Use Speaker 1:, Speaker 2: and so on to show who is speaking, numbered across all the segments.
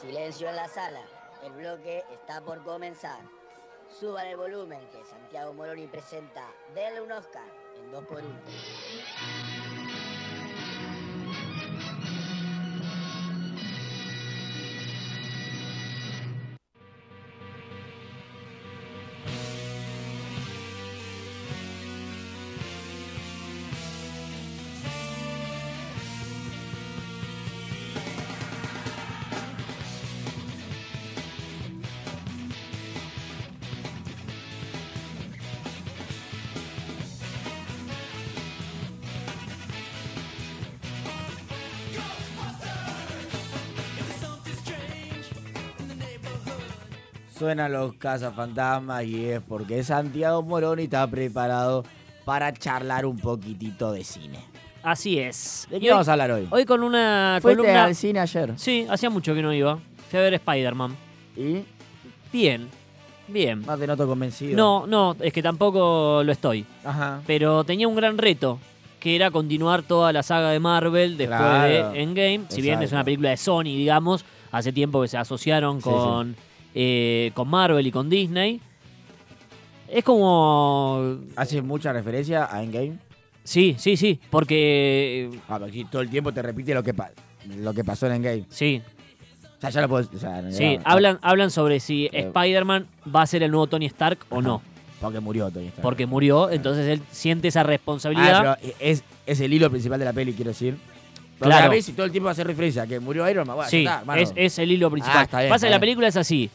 Speaker 1: Silencio en la sala. El bloque está por comenzar. Suban el volumen que Santiago Moroni presenta. Denle un Oscar en 2x1.
Speaker 2: Suenan los cazafantasmas y es porque Santiago Moroni está preparado para charlar un poquitito de cine.
Speaker 3: Así es.
Speaker 2: ¿De
Speaker 3: Y
Speaker 2: qué
Speaker 3: hoy-
Speaker 2: vamos a hablar hoy?
Speaker 3: Hoy con una
Speaker 2: Fuiste
Speaker 3: columna.
Speaker 2: al cine ayer.
Speaker 3: Sí, hacía mucho que no iba. Fui a ver Spider-Man.
Speaker 2: ¿Y?
Speaker 3: Bien, bien.
Speaker 2: No te noto convencido.
Speaker 3: No, no, es que tampoco lo estoy.
Speaker 2: Ajá.
Speaker 3: Pero tenía un gran reto, que era continuar toda la saga de Marvel después
Speaker 2: Claro.
Speaker 3: de Endgame. Si bien es
Speaker 2: Exacto.
Speaker 3: una película de Sony, digamos, hace tiempo que se asociaron
Speaker 2: Sí,
Speaker 3: con, eh, con Marvel y con Disney. Es como...
Speaker 2: Haces mucha referencia a Endgame.
Speaker 3: Sí, sí, sí, porque... eh,
Speaker 2: Ah, pero aquí todo el tiempo te repite lo que, pa- lo que pasó en Endgame.
Speaker 3: Sí,
Speaker 2: O sea, ya lo puedo. O sea, no-
Speaker 3: sí,
Speaker 2: no-
Speaker 3: hablan, hablan sobre si
Speaker 2: Eh.
Speaker 3: Spider-Man va a ser el nuevo Tony Stark o no.
Speaker 2: Porque murió Tony Stark.
Speaker 3: Porque murió, entonces él siente esa responsabilidad.
Speaker 2: Ah, pero es, es el hilo principal de la peli, quiero decir. Porque
Speaker 3: Claro.
Speaker 2: A ver si todo el tiempo hace referencia a que murió Iron Man. Bueno,
Speaker 3: sí,
Speaker 2: ya está, hermano.
Speaker 3: es, es el hilo principal.
Speaker 2: Ah, está bien, está
Speaker 3: Pasa que la
Speaker 2: bien.
Speaker 3: película es así.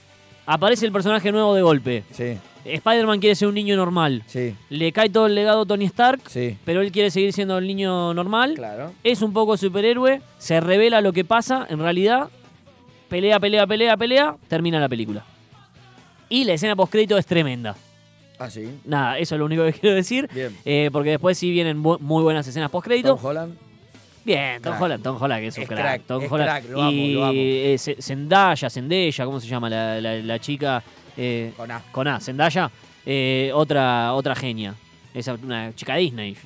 Speaker 3: Aparece el personaje nuevo de golpe.
Speaker 2: Sí,
Speaker 3: Spider-Man quiere ser un niño normal.
Speaker 2: sí,
Speaker 3: Le cae todo el legado a Tony Stark,
Speaker 2: sí.
Speaker 3: pero él quiere seguir siendo el niño normal.
Speaker 2: Claro.
Speaker 3: Es un poco superhéroe, se revela lo que pasa, en realidad, pelea, pelea, pelea, pelea, termina la película. Y la escena postcrédito es tremenda.
Speaker 2: Ah, sí.
Speaker 3: Nada, eso es lo único que quiero decir.
Speaker 2: Bien.
Speaker 3: eh, porque después sí vienen bu- muy buenas escenas postcrédito.
Speaker 2: Tom Holland.
Speaker 3: Bien, Tom
Speaker 2: Crack.
Speaker 3: Holland, Tom Holland que es un
Speaker 2: Es
Speaker 3: crack.
Speaker 2: crack,
Speaker 3: Tom
Speaker 2: es
Speaker 3: Holland.
Speaker 2: crack, lo amo,
Speaker 3: y
Speaker 2: lo amo.
Speaker 3: eh, Se- Zendaya, Zendaya, ¿cómo se llama la, la- la chica? Eh,
Speaker 2: Con A.
Speaker 3: con A, Zendaya, eh, otra, otra genia. Es una chica Disney.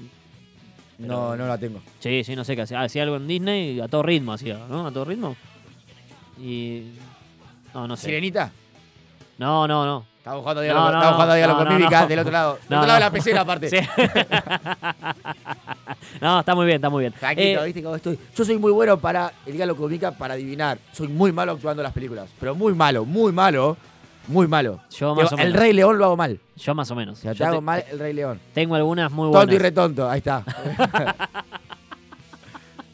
Speaker 3: Pero-
Speaker 2: No, no la tengo.
Speaker 3: Sí, sí, no sé qué hacía. Ah, Hacía algo en Disney a todo ritmo hacía, ¿no? A todo ritmo. Y. No, no sé.
Speaker 2: ¿Sirenita?
Speaker 3: No, no, no.
Speaker 2: Estamos jugando a diálogo,
Speaker 3: No, no,
Speaker 2: estamos jugando a
Speaker 3: no,
Speaker 2: diálogo
Speaker 3: no,
Speaker 2: con
Speaker 3: no,
Speaker 2: Mímica
Speaker 3: no.
Speaker 2: del otro lado. Del
Speaker 3: No,
Speaker 2: otro lado de la
Speaker 3: no.
Speaker 2: pecera, aparte.
Speaker 3: Sí. no, está muy bien, está muy bien.
Speaker 2: Jaquito,
Speaker 3: Eh,
Speaker 2: ¿viste cómo estoy? Yo soy muy bueno para el diálogo con Mímica para adivinar. Soy muy malo actuando las películas. Pero muy malo, muy malo. Muy malo.
Speaker 3: Yo más
Speaker 2: Digo,
Speaker 3: o
Speaker 2: el
Speaker 3: menos.
Speaker 2: Rey León lo hago mal.
Speaker 3: Yo más o menos.
Speaker 2: O sea, te
Speaker 3: Yo
Speaker 2: hago
Speaker 3: te-
Speaker 2: mal el Rey León.
Speaker 3: Tengo algunas muy
Speaker 2: Tonto y
Speaker 3: buenas.
Speaker 2: retonto, ahí está.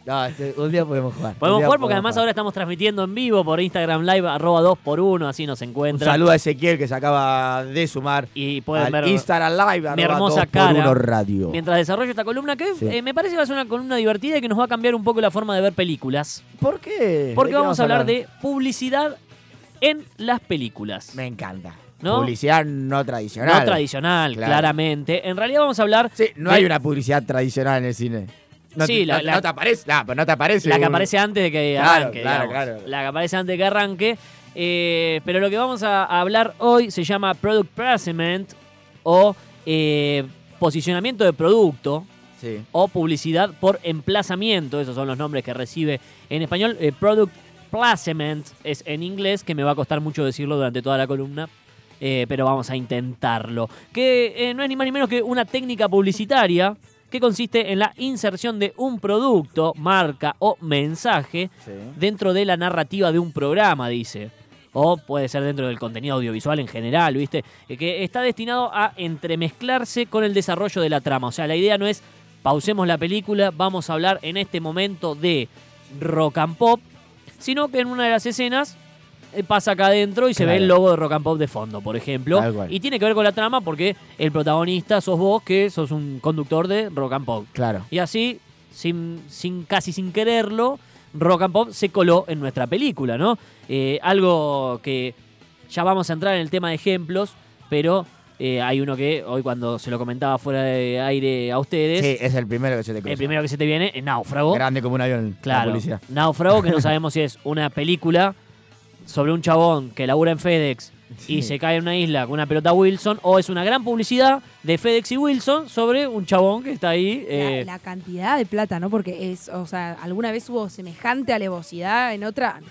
Speaker 2: no, este, un día podemos jugar.
Speaker 3: Podemos
Speaker 2: Un día
Speaker 3: jugar porque además
Speaker 2: jugar.
Speaker 3: ahora estamos transmitiendo en vivo por Instagram Live, arroba 2x1, así nos
Speaker 2: Un
Speaker 3: encuentran.
Speaker 2: saludo a Ezequiel que se acaba de sumar
Speaker 3: Y
Speaker 2: al
Speaker 3: pueden ver
Speaker 2: Instagram Live.
Speaker 3: mi
Speaker 2: arroba
Speaker 3: hermosa
Speaker 2: 2x1
Speaker 3: cara.
Speaker 2: Radio.
Speaker 3: mientras desarrollo esta columna, que
Speaker 2: Sí.
Speaker 3: eh, me parece que va a ser una columna divertida y que nos va a cambiar un poco la forma de ver películas.
Speaker 2: ¿Por qué? ¿De
Speaker 3: Porque
Speaker 2: qué
Speaker 3: vamos a hablar de publicidad en las películas.
Speaker 2: Me encanta.
Speaker 3: ¿No?
Speaker 2: Publicidad no tradicional.
Speaker 3: No tradicional,
Speaker 2: Claro.
Speaker 3: claramente. En realidad vamos a hablar
Speaker 2: Sí, no
Speaker 3: De-
Speaker 2: hay una publicidad tradicional en el cine. No,
Speaker 3: Sí,
Speaker 2: te-
Speaker 3: la-
Speaker 2: no-
Speaker 3: la-
Speaker 2: no te aparece. No, pero no te aparece.
Speaker 3: la que
Speaker 2: un-
Speaker 3: aparece antes de que
Speaker 2: Claro,
Speaker 3: arranque.
Speaker 2: claro,
Speaker 3: digamos.
Speaker 2: claro.
Speaker 3: La que aparece antes de que arranque. Eh, pero lo que vamos a a hablar hoy se llama Product Placement o eh, posicionamiento de producto
Speaker 2: Sí.
Speaker 3: o publicidad por emplazamiento. Esos son los nombres que recibe en español. Eh, product Placement es en inglés, que me va a costar mucho decirlo durante toda la columna. eh, pero vamos a intentarlo. Que eh, no es ni más ni menos que una técnica publicitaria que consiste en la inserción de un producto, marca o mensaje
Speaker 2: sí.
Speaker 3: dentro de la narrativa de un programa, dice. O puede ser dentro del contenido audiovisual en general, ¿viste? Eh, Que está destinado a entremezclarse con el desarrollo de la trama. O sea, la idea no es pausemos la película, vamos a hablar en este momento de rock and pop, sino que en una de las escenas eh, pasa acá adentro y se ve
Speaker 2: Claro.
Speaker 3: el logo de rock and pop de fondo, por ejemplo.
Speaker 2: Tal cual.
Speaker 3: Y tiene que ver con la trama porque el protagonista sos vos, que sos un conductor de rock and pop.
Speaker 2: Claro.
Speaker 3: Y así, sin, sin, casi sin quererlo, Rock and Pop se coló en nuestra película, ¿no? Eh, algo que ya vamos a entrar en el tema de ejemplos, pero eh, hay uno que hoy cuando se lo comentaba fuera de aire a ustedes,
Speaker 2: Sí, es el primero que se te cruza.
Speaker 3: el primero que se te viene es Náufrago.
Speaker 2: Grande como un avión. La
Speaker 3: Claro,
Speaker 2: publicidad.
Speaker 3: Náufrago, que no sabemos si es una película sobre un chabón que labura en FedEx
Speaker 2: Sí.
Speaker 3: y se cae en una isla con una pelota Wilson, o es una gran publicidad de FedEx y Wilson sobre un chabón que está ahí... eh,
Speaker 4: la, la cantidad de plata, ¿no? Porque es, o sea, alguna vez hubo semejante alevosidad, en otra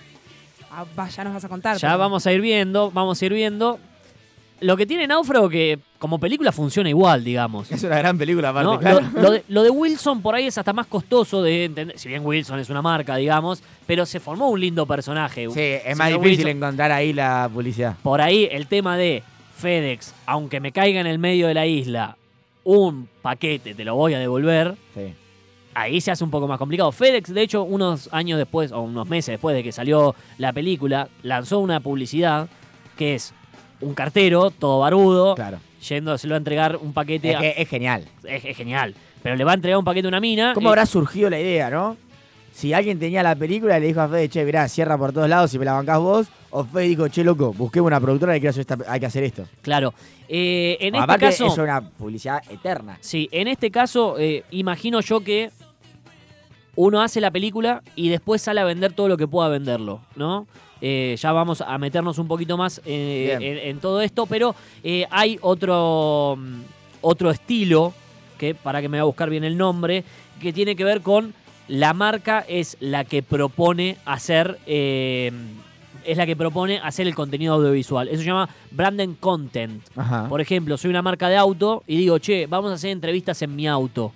Speaker 4: Ah, va, ya nos vas a contar.
Speaker 3: Ya
Speaker 4: pero-
Speaker 3: vamos a ir viendo, vamos a ir viendo. Lo que tiene Náufrago que como película funciona igual, digamos.
Speaker 2: Es una gran película, aparte,
Speaker 3: ¿no?
Speaker 2: claro.
Speaker 3: Lo, lo de, lo de Wilson por ahí es hasta más costoso de entender. Si bien Wilson es una marca, digamos, pero se formó un lindo personaje.
Speaker 2: Sí, es
Speaker 3: Si
Speaker 2: más
Speaker 3: no
Speaker 2: difícil
Speaker 3: Wilson-
Speaker 2: encontrar ahí la publicidad.
Speaker 3: Por ahí el tema de FedEx, aunque me caiga en el medio de la isla, un paquete te lo voy a devolver.
Speaker 2: Sí.
Speaker 3: Ahí se hace un poco más complicado. FedEx, de hecho, unos años después, o unos meses después de que salió la película, lanzó una publicidad que es un cartero, todo barudo,
Speaker 2: Claro.
Speaker 3: yéndoselo a entregar un paquete.
Speaker 2: Es,
Speaker 3: a-
Speaker 2: que es genial.
Speaker 3: es- es genial. Pero le va a entregar un paquete a una mina.
Speaker 2: ¿Cómo
Speaker 3: y-
Speaker 2: habrá surgido la idea, no? Si alguien tenía la película y le dijo a Fede, che, mirá, cierra por todos lados si me la bancás vos, o Fede dijo, che, loco, busquemos una productora y quiero hacer esta- hay que hacer esto.
Speaker 3: Claro. Eh, en este
Speaker 2: Ah, Aparte,
Speaker 3: caso.
Speaker 2: es una publicidad eterna.
Speaker 3: Sí, en este caso, eh, imagino yo que uno hace la película y después sale a vender todo lo que pueda venderlo, ¿no? Eh, ya vamos a meternos un poquito más eh,
Speaker 2: Bien.
Speaker 3: en, en todo esto, pero eh, hay otro, mm, otro estilo, que para que me voy a buscar bien el nombre, que tiene que ver con la marca es la que propone hacer... eh, es la que propone hacer el contenido audiovisual. Eso se llama branded content.
Speaker 2: Ajá.
Speaker 3: Por ejemplo, soy una marca de auto y digo, che, vamos a hacer entrevistas en mi auto.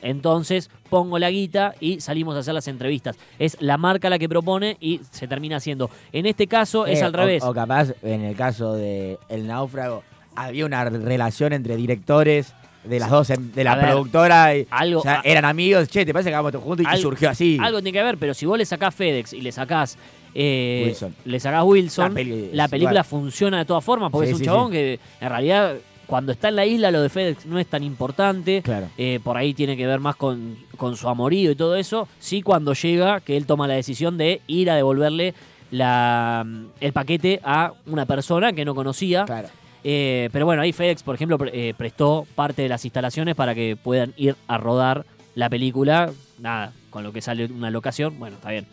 Speaker 3: Entonces pongo la guita y salimos a hacer las entrevistas. Es la marca la que propone y se termina haciendo. En este caso es
Speaker 2: Eh,
Speaker 3: al
Speaker 2: o-
Speaker 3: revés.
Speaker 2: O, capaz, en el caso de El Náufrago, había una relación entre directores de las dos, em- de
Speaker 3: A
Speaker 2: la
Speaker 3: ver,
Speaker 2: productora. Y,
Speaker 3: algo-
Speaker 2: o sea,
Speaker 3: a-
Speaker 2: eran amigos, che, te parece que vamos todos juntos y
Speaker 3: Al-
Speaker 2: surgió así.
Speaker 3: Algo tiene que ver, pero si vos le sacás FedEx y le sacás. eh,
Speaker 2: Wilson.
Speaker 3: Le sacás Wilson,
Speaker 2: La
Speaker 3: la,
Speaker 2: peli- es
Speaker 3: película
Speaker 2: igual.
Speaker 3: funciona de todas formas porque
Speaker 2: Sí,
Speaker 3: es un
Speaker 2: sí,
Speaker 3: chabón
Speaker 2: sí.
Speaker 3: que en realidad cuando está en la isla lo de FedEx no es tan importante.
Speaker 2: Claro.
Speaker 3: Eh, por ahí tiene que ver más con, con su amorío y todo eso. Sí, cuando llega, que él toma la decisión de ir a devolverle la, mm, el paquete a una persona que no conocía.
Speaker 2: Claro.
Speaker 3: Eh, pero bueno, ahí FedEx, por ejemplo, pre- eh, prestó parte de las instalaciones para que puedan ir a rodar la película. Nada, con lo que sale una locación. Bueno, está bien.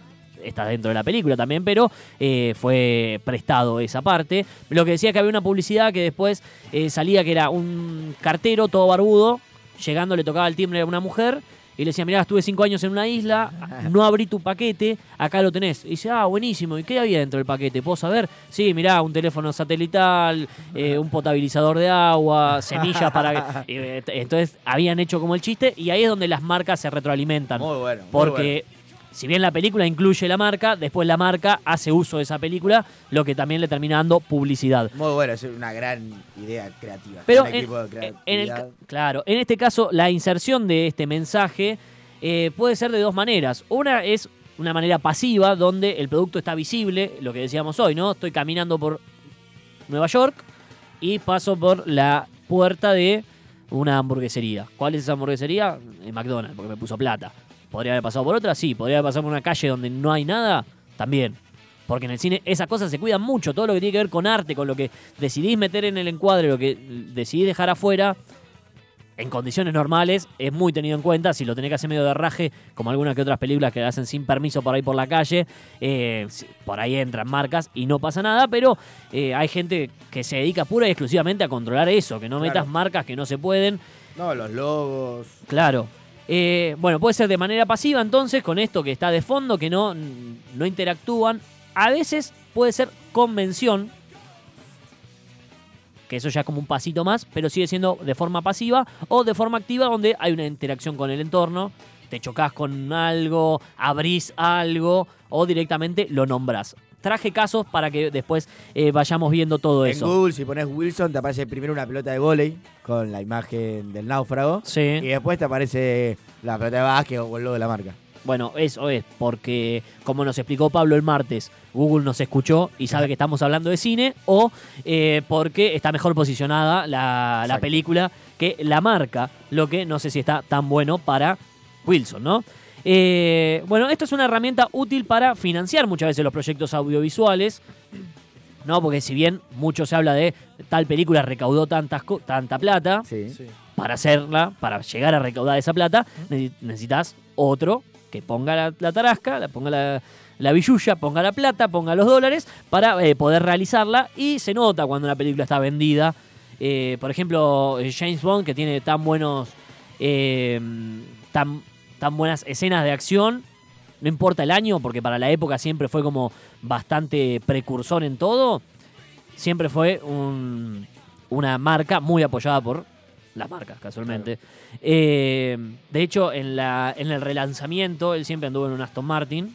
Speaker 3: Está dentro de la película también, pero eh, fue prestado esa parte. Lo que decía que había una publicidad que después eh, salía que era un cartero todo barbudo. Llegando le tocaba el timbre a una mujer y le decía, mirá, estuve cinco años en una isla, no abrí tu paquete, acá lo tenés. Y dice, ah, buenísimo, ¿y qué había dentro del paquete? ¿Puedo saber? Sí, mirá, un teléfono satelital, eh, un potabilizador de agua, semillas para... que-". Eh, t- Entonces habían hecho como el chiste y ahí es donde las marcas se retroalimentan.
Speaker 2: Muy bueno. muy bueno.
Speaker 3: Porque si bien la película incluye la marca, después la marca hace uso de esa película, lo que también le termina dando publicidad.
Speaker 2: Muy bueno, es una gran idea creativa.
Speaker 3: Pero
Speaker 2: un
Speaker 3: en,
Speaker 2: equipo de
Speaker 3: en- en el, ca-
Speaker 2: creatividad.
Speaker 3: claro, en este caso, la inserción de este mensaje eh, puede ser de dos maneras. Una es una manera pasiva, donde el producto está visible, lo que decíamos hoy, ¿no? Estoy caminando por Nueva York y paso por la puerta de una hamburguesería. ¿Cuál es esa hamburguesería? Eh, McDonald's, porque me puso plata. ¿Podría haber pasado por otra? Sí. ¿Podría haber pasado por una calle donde no hay nada? También. Porque en el cine esas cosas se cuidan mucho. Todo lo que tiene que ver con arte, con lo que decidís meter en el encuadre, lo que decidís dejar afuera, en condiciones normales es muy tenido en cuenta. Si lo tenés que hacer medio de raje, como algunas que otras películas que hacen sin permiso por ahí por la calle, eh, si- por ahí entran marcas y no pasa nada. Pero eh, hay gente que se dedica pura y exclusivamente a controlar eso, que no
Speaker 2: Claro.
Speaker 3: metas marcas que no se pueden.
Speaker 2: No, los logos.
Speaker 3: Claro. Eh, bueno, puede ser de manera pasiva entonces, con esto que está de fondo, que no, no interactúan. A veces puede ser convención, que eso ya es como un pasito más, pero sigue siendo de forma pasiva o de forma activa donde hay una interacción con el entorno, te chocas con algo, abrís algo o directamente lo nombrás. Traje casos para que después eh, vayamos viendo todo
Speaker 2: En
Speaker 3: eso.
Speaker 2: Google, si pones Wilson, te aparece primero una pelota de vóley con la imagen del náufrago.
Speaker 3: Sí.
Speaker 2: Y después te aparece la pelota de básquet o el logo de la marca.
Speaker 3: Bueno, eso es, porque como nos explicó Pablo el martes, Google nos escuchó y sabe que estamos hablando de cine, o eh, porque está mejor posicionada la, la
Speaker 2: Exacto.
Speaker 3: película que la marca, lo que no sé si está tan bueno para Wilson, ¿no? Eh, bueno, esto es una herramienta útil para financiar muchas veces los proyectos audiovisuales, ¿no? Porque si bien mucho se habla de tal película recaudó tantas, co- tanta plata,
Speaker 2: Sí.
Speaker 5: Sí.
Speaker 3: para hacerla, para llegar a recaudar esa plata, ne- necesitas otro que ponga la, la tarasca, la ponga la, la billulla, ponga la plata, ponga los dólares para eh, poder realizarla y se nota cuando una película está vendida. Eh, por ejemplo, eh, James Bond que tiene tan buenos, eh, tan, tan buenas escenas de acción, no importa el año, porque para la época siempre fue como bastante precursor en todo, siempre fue un- una marca muy apoyada por las marcas, casualmente. Eh, de hecho, en, la, en el relanzamiento, él siempre anduvo en un Aston Martin,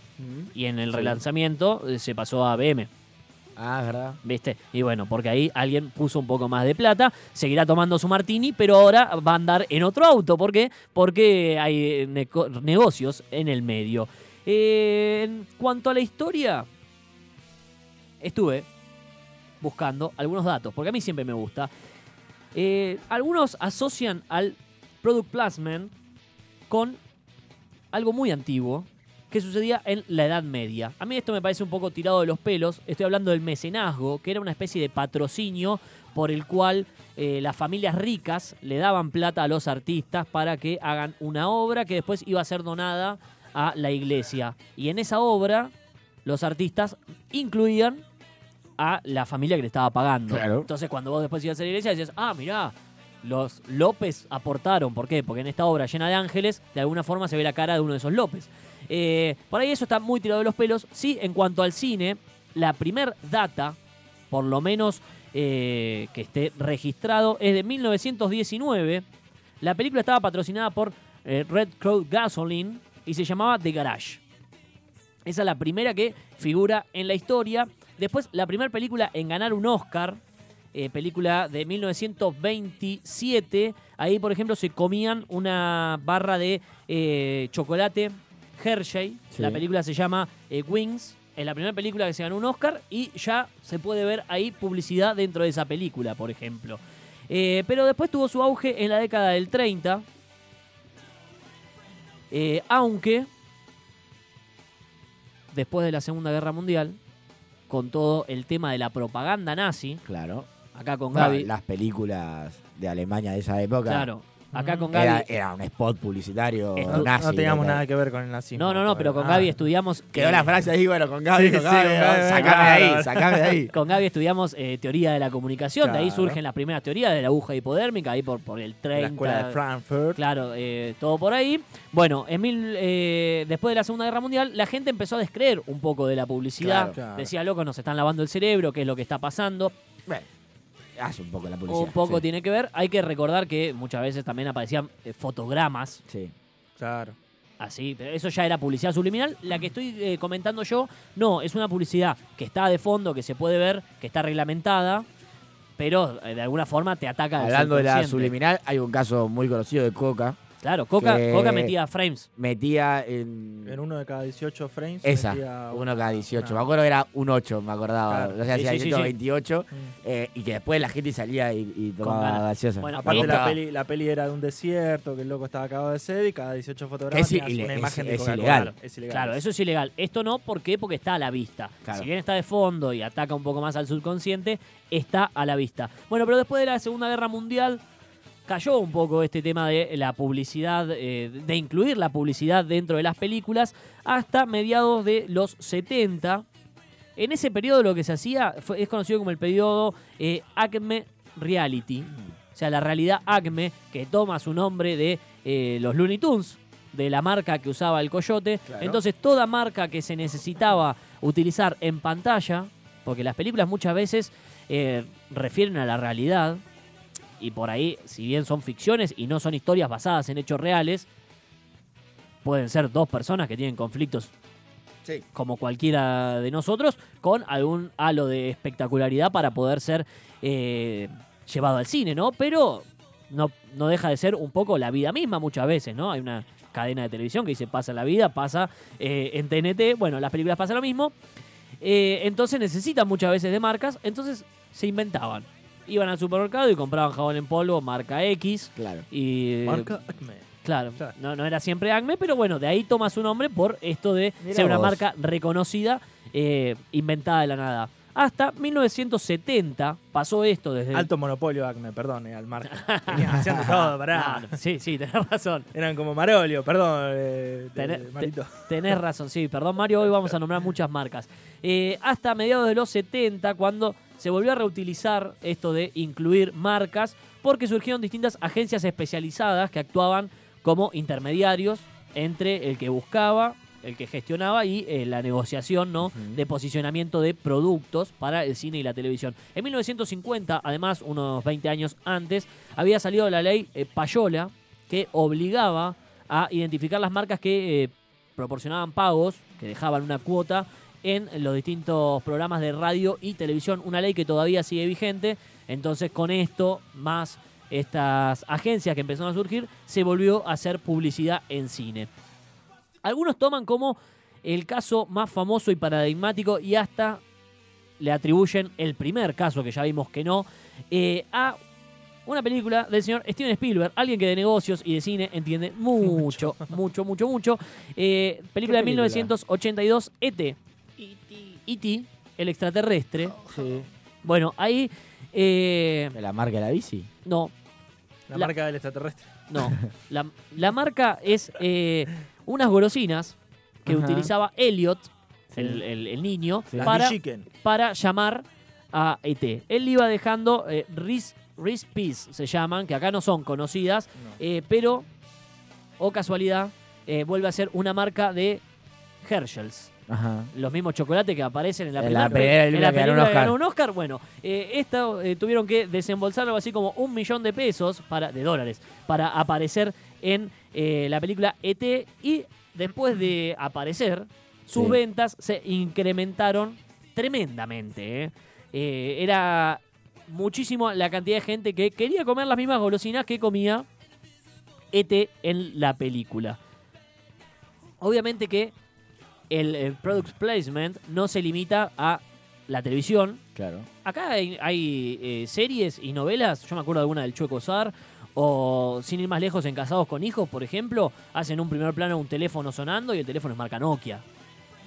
Speaker 3: y en el
Speaker 2: Sí.
Speaker 3: relanzamiento eh, se pasó a BM.
Speaker 2: Ah, es verdad.
Speaker 3: ¿Viste? Y bueno, porque ahí alguien puso un poco más de plata, seguirá tomando su martini, pero ahora va a andar en otro auto. ¿Por qué? Porque hay eh, neco- negocios en el medio. Eh, en cuanto a la historia, estuve buscando algunos datos, porque a mí siempre me gusta. Eh, algunos asocian al Product Placement con algo muy antiguo que sucedía en la Edad Media. A mí esto me parece un poco tirado de los pelos. Estoy hablando del mecenazgo, que era una especie de patrocinio por el cual eh, las familias ricas le daban plata a los artistas para que hagan una obra que después iba a ser donada a la iglesia. Y en esa obra los artistas incluían a la familia que le estaba pagando.
Speaker 2: Claro.
Speaker 3: Entonces cuando vos después ibas a la iglesia decías, ah, mirá, los López aportaron. ¿Por qué? Porque en esta obra llena de ángeles, de alguna forma se ve la cara de uno de esos López. Eh, por ahí eso está muy tirado de los pelos. Sí, en cuanto al cine, la primer data, por lo menos eh, que esté registrado, es de 1919. La película estaba patrocinada por eh, Red Crow Gasoline y se llamaba The Garage. Esa es la primera que figura en la historia. Después, la primera película en ganar un Oscar, eh, película de 1927. Ahí, por ejemplo, se comían una barra de eh, chocolate Hershey.
Speaker 2: Sí.
Speaker 3: La película se llama eh, Wings. Es la primera película que se ganó un Oscar y ya se puede ver ahí publicidad dentro de esa película, por ejemplo. Eh, pero después tuvo su auge en la década del 30. Eh, aunque después de la Segunda Guerra Mundial, con todo el tema de la propaganda nazi,
Speaker 2: Claro.
Speaker 3: acá con
Speaker 2: Ah,
Speaker 3: Gaby.
Speaker 2: Las películas de Alemania de esa época.
Speaker 3: Claro, acá
Speaker 4: Mm.
Speaker 3: con Gaby.
Speaker 2: Era, era un spot publicitario
Speaker 3: Esto-
Speaker 4: No,
Speaker 2: nazi,
Speaker 4: no teníamos
Speaker 2: total.
Speaker 4: nada que ver con el nazismo.
Speaker 3: no, no, no, pero con
Speaker 4: Ah.
Speaker 3: Gaby estudiamos.
Speaker 2: Quedó la
Speaker 3: eh,
Speaker 2: frase ahí, bueno, con Gaby,
Speaker 4: Sí,
Speaker 2: con
Speaker 4: sí,
Speaker 2: Gaby,
Speaker 4: con Gaby,
Speaker 2: sacame de ahí,
Speaker 4: claro.
Speaker 2: sacame de ahí.
Speaker 3: Con Gaby estudiamos eh, teoría de la comunicación, de ahí
Speaker 4: Claro.
Speaker 3: surgen las primeras teorías de la aguja hipodérmica, ahí por, por el
Speaker 4: En
Speaker 3: 30.
Speaker 4: la escuela de Frankfurt.
Speaker 3: Claro, eh, todo por ahí. Bueno, en mil, eh, después de la Segunda Guerra Mundial, la gente empezó a descreer un poco de la publicidad.
Speaker 4: Claro, claro.
Speaker 3: Decía, loco, nos están lavando el cerebro, qué es lo que está pasando.
Speaker 2: Bueno, hace un poco la publicidad.
Speaker 3: un poco
Speaker 2: sí,
Speaker 3: tiene que ver. Hay que recordar que muchas veces también aparecían eh, fotogramas
Speaker 2: Sí.
Speaker 4: Claro.
Speaker 3: Así, pero eso ya era publicidad subliminal. La que estoy eh, comentando yo, no, es una publicidad que está de fondo, que se puede ver, que está reglamentada, pero eh, de alguna forma te ataca. el
Speaker 2: Hablando de la
Speaker 3: subconsciente.
Speaker 2: subliminal, hay un caso muy conocido de Coca.
Speaker 3: Claro, Coca,
Speaker 2: que-
Speaker 3: Coca metía frames.
Speaker 2: Metía en.
Speaker 4: En uno de cada 18 frames.
Speaker 2: esa,
Speaker 4: metía
Speaker 2: uno cada 18. Me
Speaker 4: una-
Speaker 2: acuerdo que era un 8, me acordaba.
Speaker 4: Claro.
Speaker 2: O sea,
Speaker 3: Sí,
Speaker 2: hacía
Speaker 3: sí, sí,
Speaker 2: 18,
Speaker 3: sí.
Speaker 2: 28.
Speaker 4: Mm.
Speaker 2: eh, y que después la gente salía y, y tomaba
Speaker 3: ganas.
Speaker 2: gaseosa.
Speaker 3: Bueno,
Speaker 4: Aparte
Speaker 3: Ahí
Speaker 4: la
Speaker 3: está.
Speaker 4: peli, la peli era de un desierto, que el loco estaba acabado de sed y cada 18
Speaker 2: Es
Speaker 4: fotogramas tenías
Speaker 2: ile-
Speaker 4: una
Speaker 2: es-
Speaker 4: imagen de
Speaker 2: es
Speaker 4: Coca-Cola.
Speaker 2: ilegal.
Speaker 4: Es ilegal.
Speaker 3: Claro, eso es ilegal. Esto no, ¿por qué? Porque está a la vista.
Speaker 2: Claro.
Speaker 3: Si bien está de fondo y ataca un poco más al subconsciente, está a la vista. Bueno, pero después de la Segunda Guerra Mundial cayó un poco este tema de la publicidad, eh, de incluir la publicidad dentro de las películas, hasta mediados de los 70. En ese periodo lo que se hacía fue- es conocido como el periodo eh, Acme Reality. O sea, la realidad Acme, que toma su nombre de eh, los Looney Tunes, de la marca que usaba el coyote.
Speaker 2: Claro.
Speaker 3: Entonces, toda marca que se necesitaba utilizar en pantalla, porque las películas muchas veces eh, refieren a la realidad, y por ahí, si bien son ficciones y no son historias basadas en hechos reales, pueden ser dos personas que tienen conflictos
Speaker 2: Sí.
Speaker 3: como cualquiera de nosotros, con algún halo de espectacularidad para poder ser eh, llevado al cine, ¿no? Pero no, no deja de ser un poco la vida misma muchas veces, ¿no? Hay una cadena de televisión que dice pasa la vida, pasa eh, en TNT, bueno, las películas pasa lo mismo. Eh, entonces necesitan muchas veces de marcas, entonces se inventaban. Iban al supermercado y compraban jabón en polvo, marca X.
Speaker 2: Claro.
Speaker 3: Y
Speaker 4: Marca Acme.
Speaker 3: Claro,
Speaker 4: Claro.
Speaker 3: no, no era siempre Acme, pero bueno, de ahí toma su nombre por esto de
Speaker 2: Mirá
Speaker 3: ser una
Speaker 2: vos.
Speaker 3: marca reconocida, eh, inventada de la nada. Hasta 1970 pasó esto desde...
Speaker 4: Alto monopolio Acme, perdón, eh, era el marca. Tenían haciendo todo, pará.
Speaker 3: No, sí, sí, tenés razón.
Speaker 4: Eran como Marolio, perdón, eh, de-
Speaker 3: Tené-
Speaker 4: de- Marito.
Speaker 3: Tenés razón, sí. Perdón, Mario, hoy vamos a nombrar muchas marcas. Eh, hasta mediados de los 70, cuando se volvió a reutilizar esto de incluir marcas, porque surgieron distintas agencias especializadas que actuaban como intermediarios entre el que buscaba el que gestionaba, y eh, la negociación ¿no?
Speaker 2: Ujú.
Speaker 3: de posicionamiento de productos para el cine y la televisión. En 1950, además, unos 20 años antes, había salido la ley eh, Payola que obligaba a identificar las marcas que eh, proporcionaban pagos, que dejaban una cuota en los distintos programas de radio y televisión, una ley que todavía sigue vigente. Entonces, con esto, más estas agencias que empezaron a surgir, se volvió a hacer publicidad en cine. Algunos toman como el caso más famoso y paradigmático y hasta le atribuyen el primer caso, que ya vimos que no, eh, a una película del señor Steven Spielberg, alguien que de negocios y de cine entiende mucho, mucho, mucho, mucho. Eh, película de
Speaker 2: película?
Speaker 3: 1982, ET. E.T., el extraterrestre.
Speaker 2: Sí.
Speaker 3: Bueno, ahí... eh,
Speaker 2: ¿De la marca de la bici?
Speaker 3: no,
Speaker 4: La,
Speaker 3: La-
Speaker 4: marca del extraterrestre.
Speaker 3: no. La, la marca es eh, unas golosinas que
Speaker 2: Ajá.
Speaker 3: utilizaba Elliot,
Speaker 2: Sí.
Speaker 3: el, el- el niño,
Speaker 2: Sí.
Speaker 4: Las
Speaker 3: para,
Speaker 4: New Chicken.
Speaker 3: para llamar a ET. Él iba dejando eh, Reese, Reese Peas, se llaman, que acá no son conocidas,
Speaker 4: No.
Speaker 3: eh, pero, o casualidad, eh, vuelve a ser una marca de Herschel's.
Speaker 2: Ajá.
Speaker 3: Los mismos chocolates que aparecen en la
Speaker 2: En la
Speaker 3: primera
Speaker 2: primera película que ganó un Oscar.
Speaker 3: un Oscar. Bueno, eh, esta, eh, tuvieron que desembolsar algo así como un millón de pesos, para, de dólares, para aparecer en eh, la película ET. Y después de aparecer, sus
Speaker 2: Sí.
Speaker 3: ventas se incrementaron tremendamente. ¿eh? Eh, era muchísimo la cantidad de gente que quería comer las mismas golosinas que comía ET en la película. Obviamente que el, eh, product placement no se limita a la televisión.
Speaker 2: Claro.
Speaker 3: Acá hay, hay, eh, series y novelas, yo me acuerdo de alguna del Chueco Sar, o sin ir más lejos en Casados con Hijos, por ejemplo, hacen un primer plano un teléfono sonando y el teléfono es marca Nokia,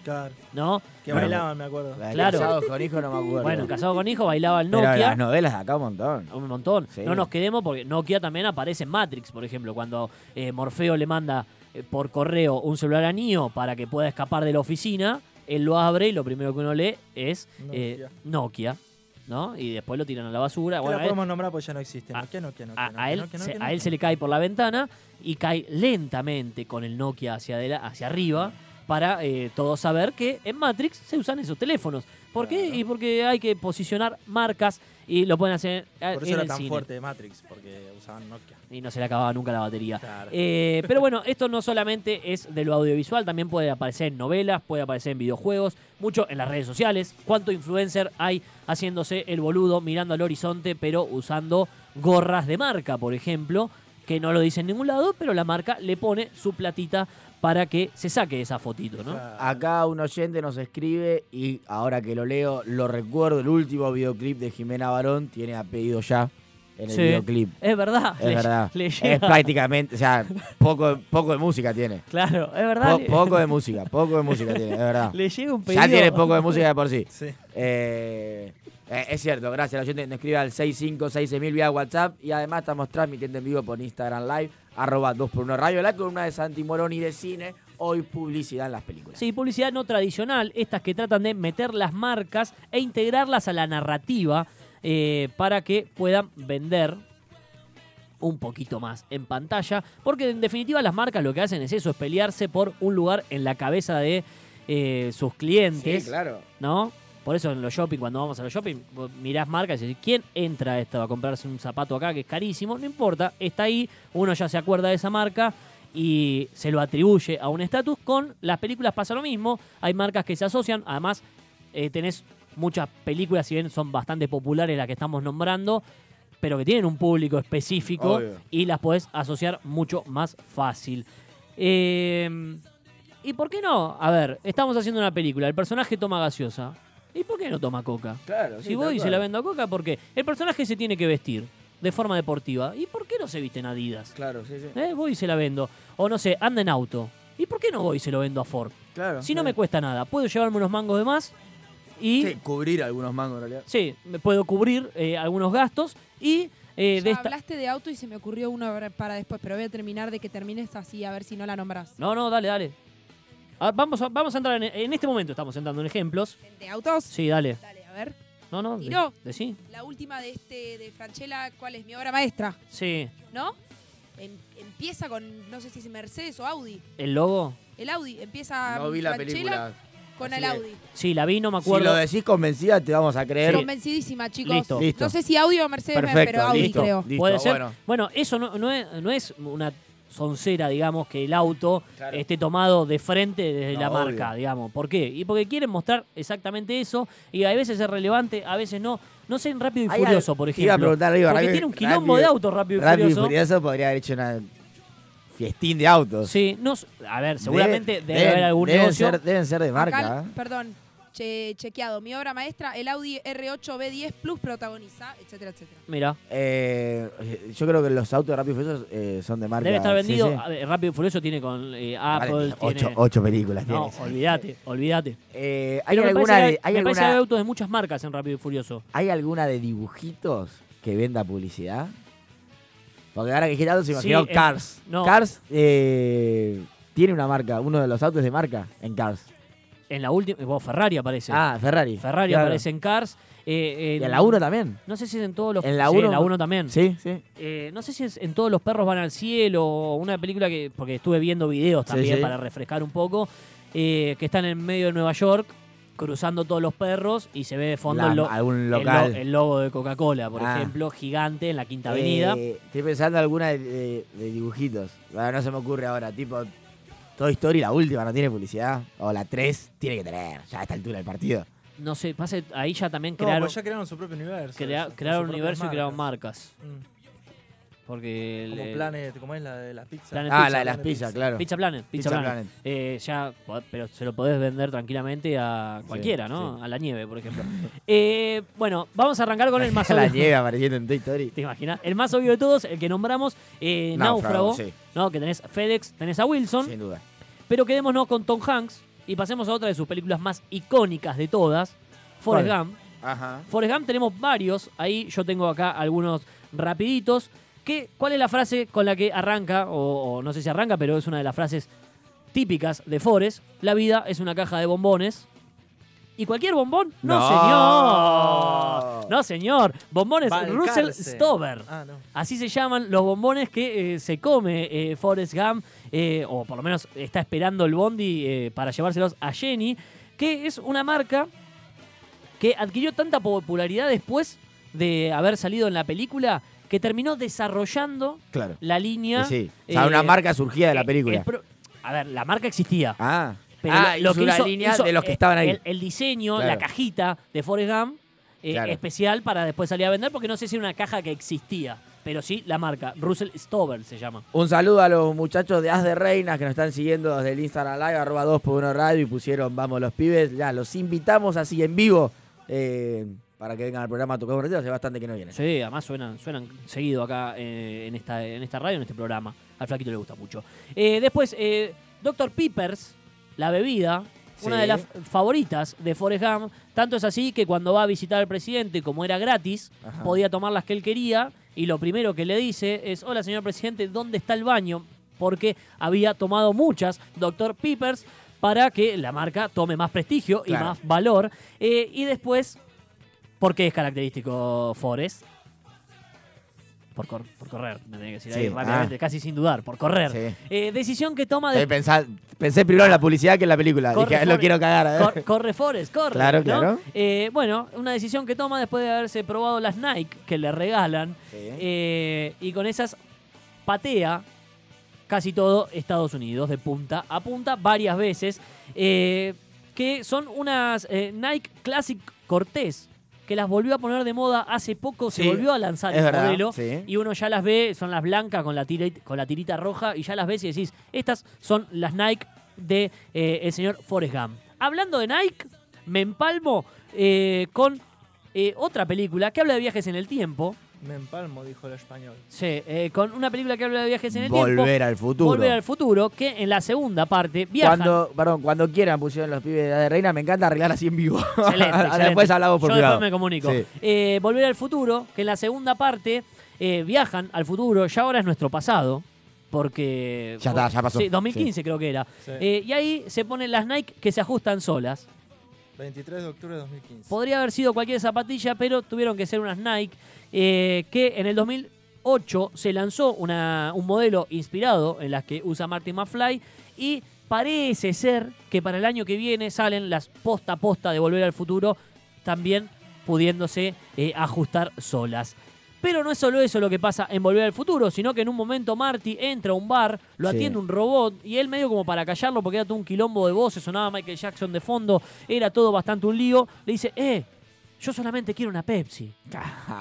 Speaker 4: Claro.
Speaker 3: ¿no?
Speaker 4: Que
Speaker 2: Bueno.
Speaker 4: bailaban, me acuerdo.
Speaker 2: La de
Speaker 3: Claro.
Speaker 2: Casados con hijos no me acuerdo.
Speaker 3: Bueno, Casados con Hijos bailaba el
Speaker 2: Pero
Speaker 3: Nokia.
Speaker 2: las novelas de acá un montón.
Speaker 3: Un montón.
Speaker 2: Sí.
Speaker 3: No nos quedemos porque Nokia también aparece en Matrix, por ejemplo, cuando eh, Morfeo le manda eh, por correo un celular a Neo para que pueda escapar de la oficina, él lo abre y lo primero que uno lee es eh, Nokia.
Speaker 4: Nokia.
Speaker 3: ¿no? Y después lo tiran a la basura.
Speaker 4: Te
Speaker 3: Bueno, este
Speaker 4: la
Speaker 3: a él-
Speaker 4: podemos nombrar porque ya no existe.
Speaker 3: A-
Speaker 4: Nokia, Nokia, Nokia,
Speaker 3: a,
Speaker 4: Nokia,
Speaker 3: a él, se,
Speaker 4: Nokia, Nokia,
Speaker 3: a él
Speaker 4: Nokia.
Speaker 3: se le cae por la ventana y cae lentamente con el Nokia hacia, adela- hacia arriba para eh, todos saber que en Matrix se usan esos teléfonos. ¿Por qué?
Speaker 4: Claro.
Speaker 3: Y porque hay que posicionar marcas y lo pueden hacer eh, en
Speaker 4: Por eso era
Speaker 3: el
Speaker 4: tan
Speaker 3: cine.
Speaker 4: fuerte Matrix, porque usaban Nokia.
Speaker 3: Y no se le acababa nunca la batería.
Speaker 4: Claro.
Speaker 3: Eh, pero bueno, esto no solamente es de lo audiovisual, también puede aparecer en novelas, puede aparecer en videojuegos, mucho en las redes sociales. ¿Cuánto influencer hay haciéndose el boludo, mirando al horizonte, pero usando gorras de marca, por ejemplo, que no lo dice en ningún lado, pero la marca le pone su platita para que se saque esa fotito, ¿no? Ah,
Speaker 4: Claro.
Speaker 2: Acá un oyente nos escribe y ahora que lo leo, lo recuerdo, el último videoclip de Jimena Barón tiene apellido ya en el
Speaker 3: Sí.
Speaker 2: videoclip.
Speaker 3: Es verdad,
Speaker 2: Es
Speaker 3: le-
Speaker 2: verdad.
Speaker 3: le
Speaker 2: es
Speaker 3: llega.
Speaker 2: prácticamente, o sea, poco, poco de música tiene.
Speaker 3: Claro, es verdad.
Speaker 2: Po-
Speaker 3: le-
Speaker 2: poco de música, poco de música tiene, es verdad.
Speaker 3: Le llega un pedido.
Speaker 2: Ya tiene poco de música de por sí.
Speaker 4: Sí.
Speaker 2: Eh, eh, es cierto, gracias. La gente nos escribe al 6566.000 vía WhatsApp y además estamos transmitiendo en vivo por Instagram Live, arroba 2x1 Radio, la columna de Santi Moroni de cine, hoy publicidad en las películas.
Speaker 3: Sí, publicidad no tradicional, estas que tratan de meter las marcas e integrarlas a la narrativa eh, para que puedan vender un poquito más en pantalla, porque en definitiva las marcas lo que hacen es eso, es pelearse por un lugar en la cabeza de eh, sus clientes,
Speaker 2: claro.
Speaker 3: ¿no? Por eso en los shopping, cuando vamos a los shopping, vos mirás marcas y decís, ¿quién entra a esto a comprarse un zapato acá que es carísimo? No importa, está ahí, uno ya se acuerda de esa marca y se lo atribuye a un estatus. Con las películas pasa lo mismo, hay marcas que se asocian, además eh, tenés muchas películas, si bien son bastante populares las que estamos nombrando, pero que tienen un público específico
Speaker 2: Obvio.
Speaker 3: y las podés asociar mucho más fácil. Eh, ¿Y por qué no? A ver, estamos haciendo una película, el personaje toma gaseosa. ¿Y por qué no toma coca?
Speaker 2: Claro,
Speaker 3: si voy y se la vendo a coca, ¿por qué? El personaje se tiene que vestir de forma deportiva. ¿Y por qué no se visten Adidas?
Speaker 2: Claro, sí, sí.
Speaker 3: ¿Eh? Voy y se la vendo. O no sé, anda en auto. ¿Y por qué no voy y se lo vendo a Ford?
Speaker 2: Claro.
Speaker 3: Si no me cuesta nada, puedo llevarme unos mangos de más y
Speaker 2: Sí, cubrir algunos mangos en realidad.
Speaker 3: sí, me puedo cubrir eh, algunos gastos y eh, de
Speaker 5: Ya
Speaker 3: esta...
Speaker 5: hablaste de auto y se me ocurrió uno para- para después, pero voy a terminar de que termines así, a ver si no la nombrás.
Speaker 3: No, no, dale, dale. Ah, vamos, a, vamos a entrar en, en este momento, estamos entrando en ejemplos.
Speaker 5: ¿De autos?
Speaker 3: Sí, dale.
Speaker 5: Dale, a ver.
Speaker 3: No, no. de-
Speaker 5: Tiró.
Speaker 3: de sí.
Speaker 5: La última de este de Franchella, ¿cuál es mi obra maestra?
Speaker 3: Sí.
Speaker 5: ¿No? Em- empieza con, no sé si es Mercedes o Audi.
Speaker 3: El logo.
Speaker 5: El Audi
Speaker 3: Ah,
Speaker 5: empieza
Speaker 2: No vi la
Speaker 5: Franchella
Speaker 2: película.
Speaker 5: con
Speaker 2: así
Speaker 5: el
Speaker 2: que-
Speaker 5: Audi.
Speaker 3: Sí, la vi, no me
Speaker 2: Si lo
Speaker 3: acuerdo.
Speaker 2: decís convencida, te vamos a creer.
Speaker 5: Convencidísima, chicos.
Speaker 3: Listo.
Speaker 2: Listo.
Speaker 5: No sé si Audi o Mercedes,
Speaker 2: Perfecto,
Speaker 5: pero Audi
Speaker 2: listo.
Speaker 5: creo.
Speaker 2: Listo,
Speaker 3: Puede ser.
Speaker 2: bueno.
Speaker 3: Bueno, eso no, no es, no es una soncera, digamos, que el auto
Speaker 2: Claro.
Speaker 3: esté tomado de frente desde
Speaker 2: No,
Speaker 3: la
Speaker 2: obvio.
Speaker 3: marca, digamos. ¿Por qué? Y porque quieren mostrar exactamente eso y a veces es relevante, a veces no. No sé en Rápido y
Speaker 2: Hay
Speaker 3: Furioso,
Speaker 2: algo-
Speaker 3: por
Speaker 2: te iba a
Speaker 3: ejemplo.
Speaker 2: preguntar, digo,
Speaker 3: porque
Speaker 2: Rápido-
Speaker 3: tiene un quilombo
Speaker 2: Rápido-
Speaker 3: de autos Rápido y
Speaker 2: Rápido y
Speaker 3: Furioso.
Speaker 2: Furioso podría haber hecho una fiestín de autos.
Speaker 3: Sí, no, s- a ver, seguramente
Speaker 2: Deben-
Speaker 3: debe
Speaker 2: deben-
Speaker 3: haber algún
Speaker 2: deben
Speaker 3: negocio.
Speaker 2: Ser, deben ser de
Speaker 5: Acá,
Speaker 2: marca. ¿eh?
Speaker 5: perdón, che- chequeado. Mi obra maestra, el Audi R8 B10 Plus protagoniza, etcétera, etcétera.
Speaker 3: Mira,
Speaker 2: Eh, yo creo que los autos de Rápido y Furioso eh, son de marca.
Speaker 3: debe estar
Speaker 2: sí,
Speaker 3: vendido.
Speaker 2: sí.
Speaker 3: a ver, Rápido y Furioso tiene con
Speaker 2: Vale,
Speaker 3: eh, Apple.
Speaker 2: ocho,
Speaker 3: tiene,
Speaker 2: ocho películas
Speaker 3: no,
Speaker 2: tienes.
Speaker 3: olvídate, olvídate.
Speaker 2: Eh, ¿Hay
Speaker 3: Pero me
Speaker 2: alguna,
Speaker 3: parece que
Speaker 2: de, hay,
Speaker 3: me parece que hay
Speaker 2: alguna,
Speaker 3: autos de muchas marcas en Rápido y Furioso.
Speaker 2: ¿Hay alguna de dibujitos que venda publicidad? Porque ahora que dijiste autos, se
Speaker 3: Sí,
Speaker 2: imaginó
Speaker 3: eh,
Speaker 2: Cars.
Speaker 3: no.
Speaker 2: Cars eh, tiene una marca, uno de los autos de marca en Cars.
Speaker 3: En la última, vos, Ferrari aparece.
Speaker 2: Ah, Ferrari.
Speaker 3: Ferrari
Speaker 2: Claro.
Speaker 3: aparece en Cars. eh,
Speaker 2: Y
Speaker 3: en- Mm.
Speaker 2: en la 1 también.
Speaker 3: No sé si es en todos los.
Speaker 2: En la
Speaker 3: sí,
Speaker 2: uno-
Speaker 3: en la 1 también.
Speaker 2: Sí, sí.
Speaker 3: Eh, no sé si es en todos los perros van al cielo o una película que. Porque estuve viendo videos
Speaker 2: Sí,
Speaker 3: también
Speaker 2: sí.
Speaker 3: para refrescar un poco. eh, que están en medio de Nueva York cruzando todos los perros y se ve de fondo
Speaker 2: La-
Speaker 3: el, lo-
Speaker 2: algún
Speaker 3: el lo-
Speaker 2: local.
Speaker 3: el logo de Coca-Cola, por
Speaker 2: Ah.
Speaker 3: ejemplo, gigante en la Quinta Avenida.
Speaker 2: Eh, estoy pensando alguna de, de- de dibujitos. Bueno, no se me ocurre ahora, tipo. Toy Story, la última, no tiene publicidad. O la 3, tiene que tener, ya a esta altura del partido.
Speaker 3: No sé, pasa que ahí ya también
Speaker 4: No,
Speaker 3: crearon,
Speaker 4: pues ya crearon su propio universo.
Speaker 3: crea-
Speaker 4: su- su
Speaker 3: crearon un
Speaker 4: propia
Speaker 3: universo y
Speaker 4: marca.
Speaker 3: crearon marcas.
Speaker 4: Mm,
Speaker 3: Porque el-
Speaker 4: Como
Speaker 3: el-
Speaker 4: Planet, ¿cómo es la de las pizzas?
Speaker 3: Planet
Speaker 2: Ah,
Speaker 3: Pizza,
Speaker 2: la de las pizzas, claro.
Speaker 3: Pizza Planet, Pizza,
Speaker 2: Pizza
Speaker 3: Planet.
Speaker 2: Planet.
Speaker 3: Eh, ya, po- pero se lo podés vender tranquilamente a
Speaker 2: Sí,
Speaker 3: cualquiera, ¿no? A la nieve, por ejemplo. Eh, bueno, vamos a arrancar con el más
Speaker 2: la
Speaker 3: obvio.
Speaker 2: nieve apareciendo en Toy Story.
Speaker 3: ¿Te imaginas? El más obvio de todos, el que nombramos eh, Náufrago,
Speaker 2: sí,
Speaker 3: ¿no? Que tenés a FedEx, tenés a Wilson,
Speaker 2: sin duda.
Speaker 3: pero quedémonos con Tom Hanks y pasemos a otra de sus películas más icónicas de todas, Forrest
Speaker 4: ¿Cuál?
Speaker 3: Gump.
Speaker 2: Ajá.
Speaker 3: Forrest Gump tenemos varios, ahí yo tengo acá algunos rapiditos. Que, ¿Cuál es la frase con la que arranca, o, o no sé si arranca, pero es una de las frases típicas de Forrest? La vida es una caja de bombones. ¿Y cualquier bombón? No,
Speaker 2: No.
Speaker 3: señor. No, señor. Bombones
Speaker 4: Balcarce.
Speaker 3: Russell Stover.
Speaker 4: Ah, no.
Speaker 3: Así se llaman los bombones que eh, se come eh, Forrest Gump, eh, o por lo menos está esperando el Bondi eh, para llevárselos a Jenny, que es una marca que adquirió tanta popularidad después de haber salido en la película que terminó desarrollando
Speaker 2: Claro.
Speaker 3: la
Speaker 2: Y
Speaker 3: línea.
Speaker 2: sí. O sea,
Speaker 3: eh,
Speaker 2: una marca surgida de la
Speaker 3: eh, el
Speaker 2: película.
Speaker 3: pro- a ver, la marca existía.
Speaker 2: Ah,
Speaker 3: Pero
Speaker 2: Ah,
Speaker 3: lo, lo
Speaker 2: hizo
Speaker 3: que
Speaker 2: una
Speaker 3: hizo,
Speaker 2: línea
Speaker 3: hizo,
Speaker 2: de los que
Speaker 3: eh,
Speaker 2: estaban ahí.
Speaker 3: El, el diseño, la
Speaker 2: Claro.
Speaker 3: cajita de Forrest Gump, eh,
Speaker 2: Claro.
Speaker 3: especial para después salir a vender, porque no sé si era una caja que existía, pero sí la marca. Russell Stover se llama.
Speaker 2: Un saludo a los muchachos de As de Reinas que nos están siguiendo desde el Instagram Live, arroba 2 por 1 radio y pusieron Vamos los pibes. Ya, los invitamos así en vivo eh, para que vengan al programa a tocar un ratito. Hace bastante que no vienen.
Speaker 3: Sí, además suenan, suenan seguido acá eh, en, esta, en esta radio, en este programa. Al flaquito le gusta mucho. Eh, después, eh, Dr. Peppers, la bebida, una
Speaker 2: Sí.
Speaker 3: de las favoritas de Forrest Gump. Tanto es así que cuando va a visitar al presidente, como era gratis,
Speaker 2: Ajá.
Speaker 3: podía tomar las que él quería y lo primero que le dice es, hola señor presidente, ¿dónde está el baño? Porque había tomado muchas Dr. Peppers para que la marca tome más prestigio y
Speaker 2: Claro.
Speaker 3: más valor. Eh, y después, ¿por qué es característico Forrest? Por, cor- por correr, me tenés que decir
Speaker 2: Sí,
Speaker 3: ahí rápidamente,
Speaker 2: ah.
Speaker 3: casi sin dudar, por correr.
Speaker 2: Sí.
Speaker 3: Eh, decisión que toma
Speaker 2: Eh,
Speaker 3: de...
Speaker 2: pensá- pensé primero en la publicidad que en la película.
Speaker 3: Corre,
Speaker 2: Dije, "Ah,
Speaker 3: corre.
Speaker 2: lo quiero cagar. a ver".
Speaker 3: Cor- corre Forrest, corre.
Speaker 2: Claro,
Speaker 3: ¿no?
Speaker 2: claro.
Speaker 3: Eh, bueno, una decisión que toma después de haberse probado las Nike que le regalan
Speaker 2: Sí.
Speaker 3: Eh, y con esas patea casi todo Estados Unidos de punta a punta varias veces. eh, que son unas eh, Nike Classic Cortés que las volvió a poner de moda hace poco. se
Speaker 2: Sí,
Speaker 3: volvió a lanzar
Speaker 2: es
Speaker 3: el
Speaker 2: verdad.
Speaker 3: modelo.
Speaker 2: sí.
Speaker 3: Y uno ya las ve, son las blancas con la, tira- con la tirita roja, y ya las ves y decís, estas son las Nike de eh, el señor Forrest Gump. Hablando de Nike, me empalmo eh, con eh, otra película que habla de viajes en el tiempo.
Speaker 4: Me empalmo, dijo el español.
Speaker 3: Sí, eh, con una película que habla de viajes en el tiempo.
Speaker 2: Volver al futuro.
Speaker 3: Volver al futuro, que en la segunda parte viajan.
Speaker 2: cuando, perdón, cuando quieran pusieron los pibes de As de Reina, me encanta arreglar así en vivo.
Speaker 3: Excelente,
Speaker 2: Ahora
Speaker 3: excelente.
Speaker 2: Después hablamos por
Speaker 3: Yo
Speaker 2: privado.
Speaker 3: después me comunico.
Speaker 2: Sí.
Speaker 3: Eh, Volver al futuro, que en la segunda parte eh, viajan al futuro, ya ahora es nuestro pasado, porque...
Speaker 2: Ya está, ya pasó.
Speaker 3: Sí, 2015 creo que era.
Speaker 4: Sí.
Speaker 3: Eh, y ahí se ponen las Nike que se ajustan solas.
Speaker 4: 23 de octubre de 2015.
Speaker 3: Podría haber sido cualquier zapatilla, pero tuvieron que ser unas Nike eh, que en el 2008 se lanzó una- un modelo inspirado en las que usa Martin McFly y parece ser que para el año que viene salen las posta a posta de Volver al Futuro, también pudiéndose eh, ajustar solas. Pero no es solo eso lo que pasa en Volver al Futuro, sino que en un momento Marty entra a un bar, lo
Speaker 2: Sí.
Speaker 3: atiende un robot y él medio como para callarlo porque era todo un quilombo de voces, sonaba Michael Jackson de fondo, era todo bastante un lío, le dice, eh, yo solamente quiero una Pepsi.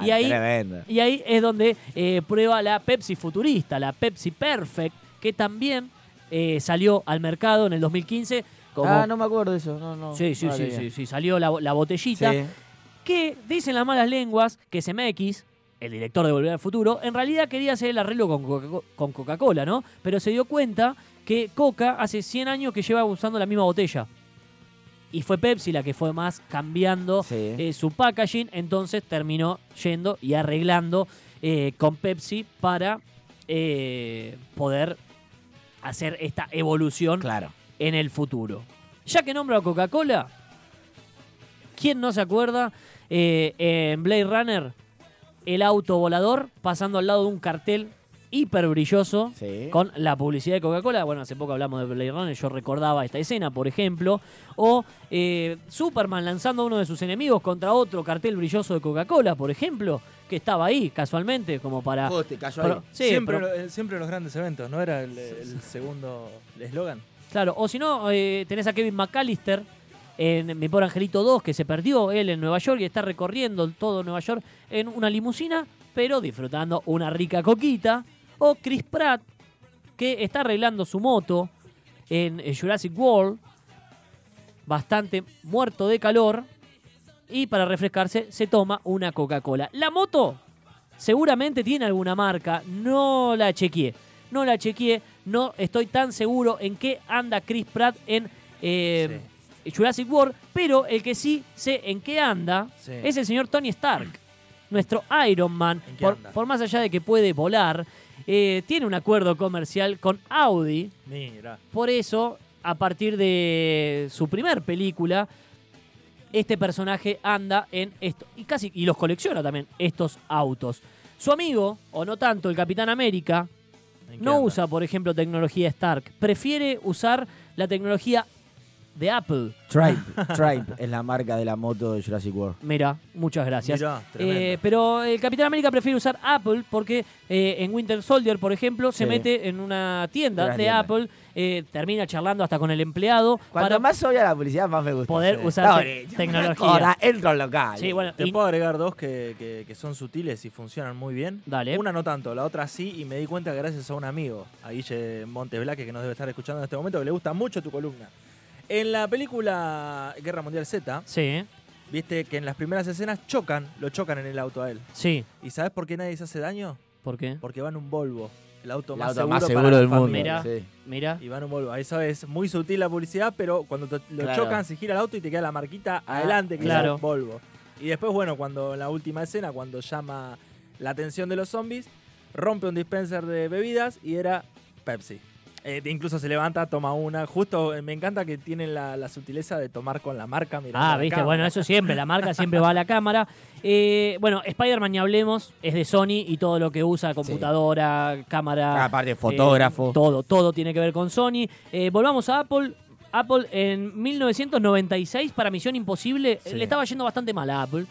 Speaker 3: Y ahí-
Speaker 2: Tremendo.
Speaker 3: Y ahí es donde eh, prueba la Pepsi futurista, la Pepsi Perfect, que también eh, salió al mercado en el 2015 como...
Speaker 2: Ah, no me acuerdo de eso. No, no.
Speaker 3: Sí, sí,
Speaker 2: Vale,
Speaker 3: sí, sí,
Speaker 2: bien.
Speaker 3: sí, salió la, la botellita.
Speaker 2: Sí.
Speaker 3: Que dicen las malas lenguas que Zemeckis, el director de Volver al Futuro, en realidad quería hacer el arreglo con Coca- con Coca-Cola, ¿no? Pero se dio cuenta que Coca hace 100 años que lleva usando la misma botella. Y fue Pepsi la que fue más cambiando
Speaker 2: Sí.
Speaker 3: eh, su packaging, entonces terminó yendo y arreglando eh, con Pepsi para eh, poder hacer esta evolución
Speaker 2: Claro.
Speaker 3: en el futuro. Ya que nombro a Coca-Cola, ¿quién no se acuerda eh, en Blade Runner el auto volador pasando al lado de un cartel hiper brilloso
Speaker 2: Sí.
Speaker 3: con la publicidad de Coca-Cola? Bueno, hace poco hablamos de Blade Runner, yo recordaba esta escena, por ejemplo. O eh, Superman lanzando a uno de sus enemigos contra otro cartel brilloso de Coca-Cola, por ejemplo, que estaba ahí casualmente como para...
Speaker 2: Poste, cayó
Speaker 3: Pero-
Speaker 2: ahí.
Speaker 3: sí,
Speaker 4: siempre,
Speaker 3: pero-
Speaker 4: lo- eh, siempre los grandes eventos, ¿no? Era el, el segundo eslogan.
Speaker 3: Claro, o si no, eh, tenés a Kevin McAllister en Mi Pobre Angelito 2, que se perdió él en Nueva York y está recorriendo todo Nueva York en una limusina, pero disfrutando una rica coquita. O Chris Pratt, que está arreglando su moto en eh, Jurassic World, bastante muerto de calor, y para refrescarse se toma una Coca-Cola. La moto seguramente tiene alguna marca, no la chequeé, no la chequeé, no estoy tan seguro en qué anda Chris Pratt en eh, Jurassic World, pero el que sí sé en qué anda
Speaker 4: Sí.
Speaker 3: es el señor Tony Stark, nuestro Iron Man,
Speaker 4: Eh. ¿En qué
Speaker 3: por,
Speaker 4: anda?
Speaker 3: por más allá de que puede volar, eh, tiene un acuerdo comercial con Audi,
Speaker 4: Mira.
Speaker 3: por eso, a partir de su primer película, este personaje anda en esto. Y casi. Y los colecciona también, estos autos. Su amigo, o no tanto, el Capitán América,
Speaker 4: ¿en qué
Speaker 3: no
Speaker 4: anda?
Speaker 3: usa, por ejemplo, tecnología Stark. Prefiere usar la tecnología de Apple.
Speaker 2: Tribe. Tribe es la marca de la moto de Jurassic World.
Speaker 3: Mira, muchas gracias.
Speaker 4: Mirá,
Speaker 3: Eh,
Speaker 4: tremendo.
Speaker 3: pero el Capitán América prefiere usar Apple porque eh, en Winter Soldier, por ejemplo, se
Speaker 2: Sí.
Speaker 3: mete en una tienda
Speaker 2: Gran
Speaker 3: de
Speaker 2: tienda.
Speaker 3: Apple, eh, termina charlando hasta con el empleado
Speaker 2: Cuanto
Speaker 3: para
Speaker 2: más obvia la publicidad, más me gusta.
Speaker 3: poder
Speaker 2: Sí.
Speaker 3: usar
Speaker 2: Está
Speaker 3: te-
Speaker 2: bonito.
Speaker 3: tecnología.
Speaker 2: Ahora entro al local.
Speaker 3: Sí, bueno,
Speaker 4: Te
Speaker 3: y-
Speaker 4: puedo agregar dos que, que- que son sutiles y funcionan muy bien.
Speaker 3: Dale.
Speaker 4: Una no tanto, la otra sí, y me di cuenta gracias a un amigo, a Guille Montes Blaque, que nos debe estar escuchando en este momento, que le gusta mucho tu columna. En la película Guerra Mundial Z,
Speaker 3: Sí,
Speaker 4: viste que en las primeras escenas chocan, lo chocan en el auto a él.
Speaker 3: sí.
Speaker 4: ¿Y sabes por qué nadie se hace daño?
Speaker 3: ¿Por qué?
Speaker 4: Porque van un Volvo, el auto,
Speaker 2: El
Speaker 4: más,
Speaker 2: auto
Speaker 4: seguro
Speaker 2: más
Speaker 4: para
Speaker 2: seguro
Speaker 4: la
Speaker 2: del mundo.
Speaker 3: Mira.
Speaker 4: familia.
Speaker 2: sí.
Speaker 3: Mira.
Speaker 4: Y van un Volvo. Eso es muy sutil la publicidad, pero cuando te- lo
Speaker 2: Claro.
Speaker 4: chocan se gira el auto y te queda la marquita adelante, que
Speaker 3: Ah, claro.
Speaker 4: claro. Volvo. Y después, bueno, cuando en la última escena, cuando llama la atención de los zombies, rompe un dispenser de bebidas y era Pepsi. Eh, incluso se levanta, toma una. Justo eh, me encanta que tienen la, la sutileza de tomar con la marca. mirando
Speaker 3: Ah,
Speaker 4: la
Speaker 3: viste,
Speaker 4: cámara.
Speaker 3: bueno, eso siempre, la marca siempre va a la cámara. Eh, bueno, Spider-Man ni hablemos, es de Sony y todo lo que usa, computadora, cámara.
Speaker 2: Ah, Aparte,
Speaker 3: eh,
Speaker 2: fotógrafo.
Speaker 3: todo, todo tiene que ver con Sony. Eh, volvamos a Apple. Apple en 1996 para Misión Imposible eh,
Speaker 4: Sí.
Speaker 3: le estaba yendo bastante mal a Apple.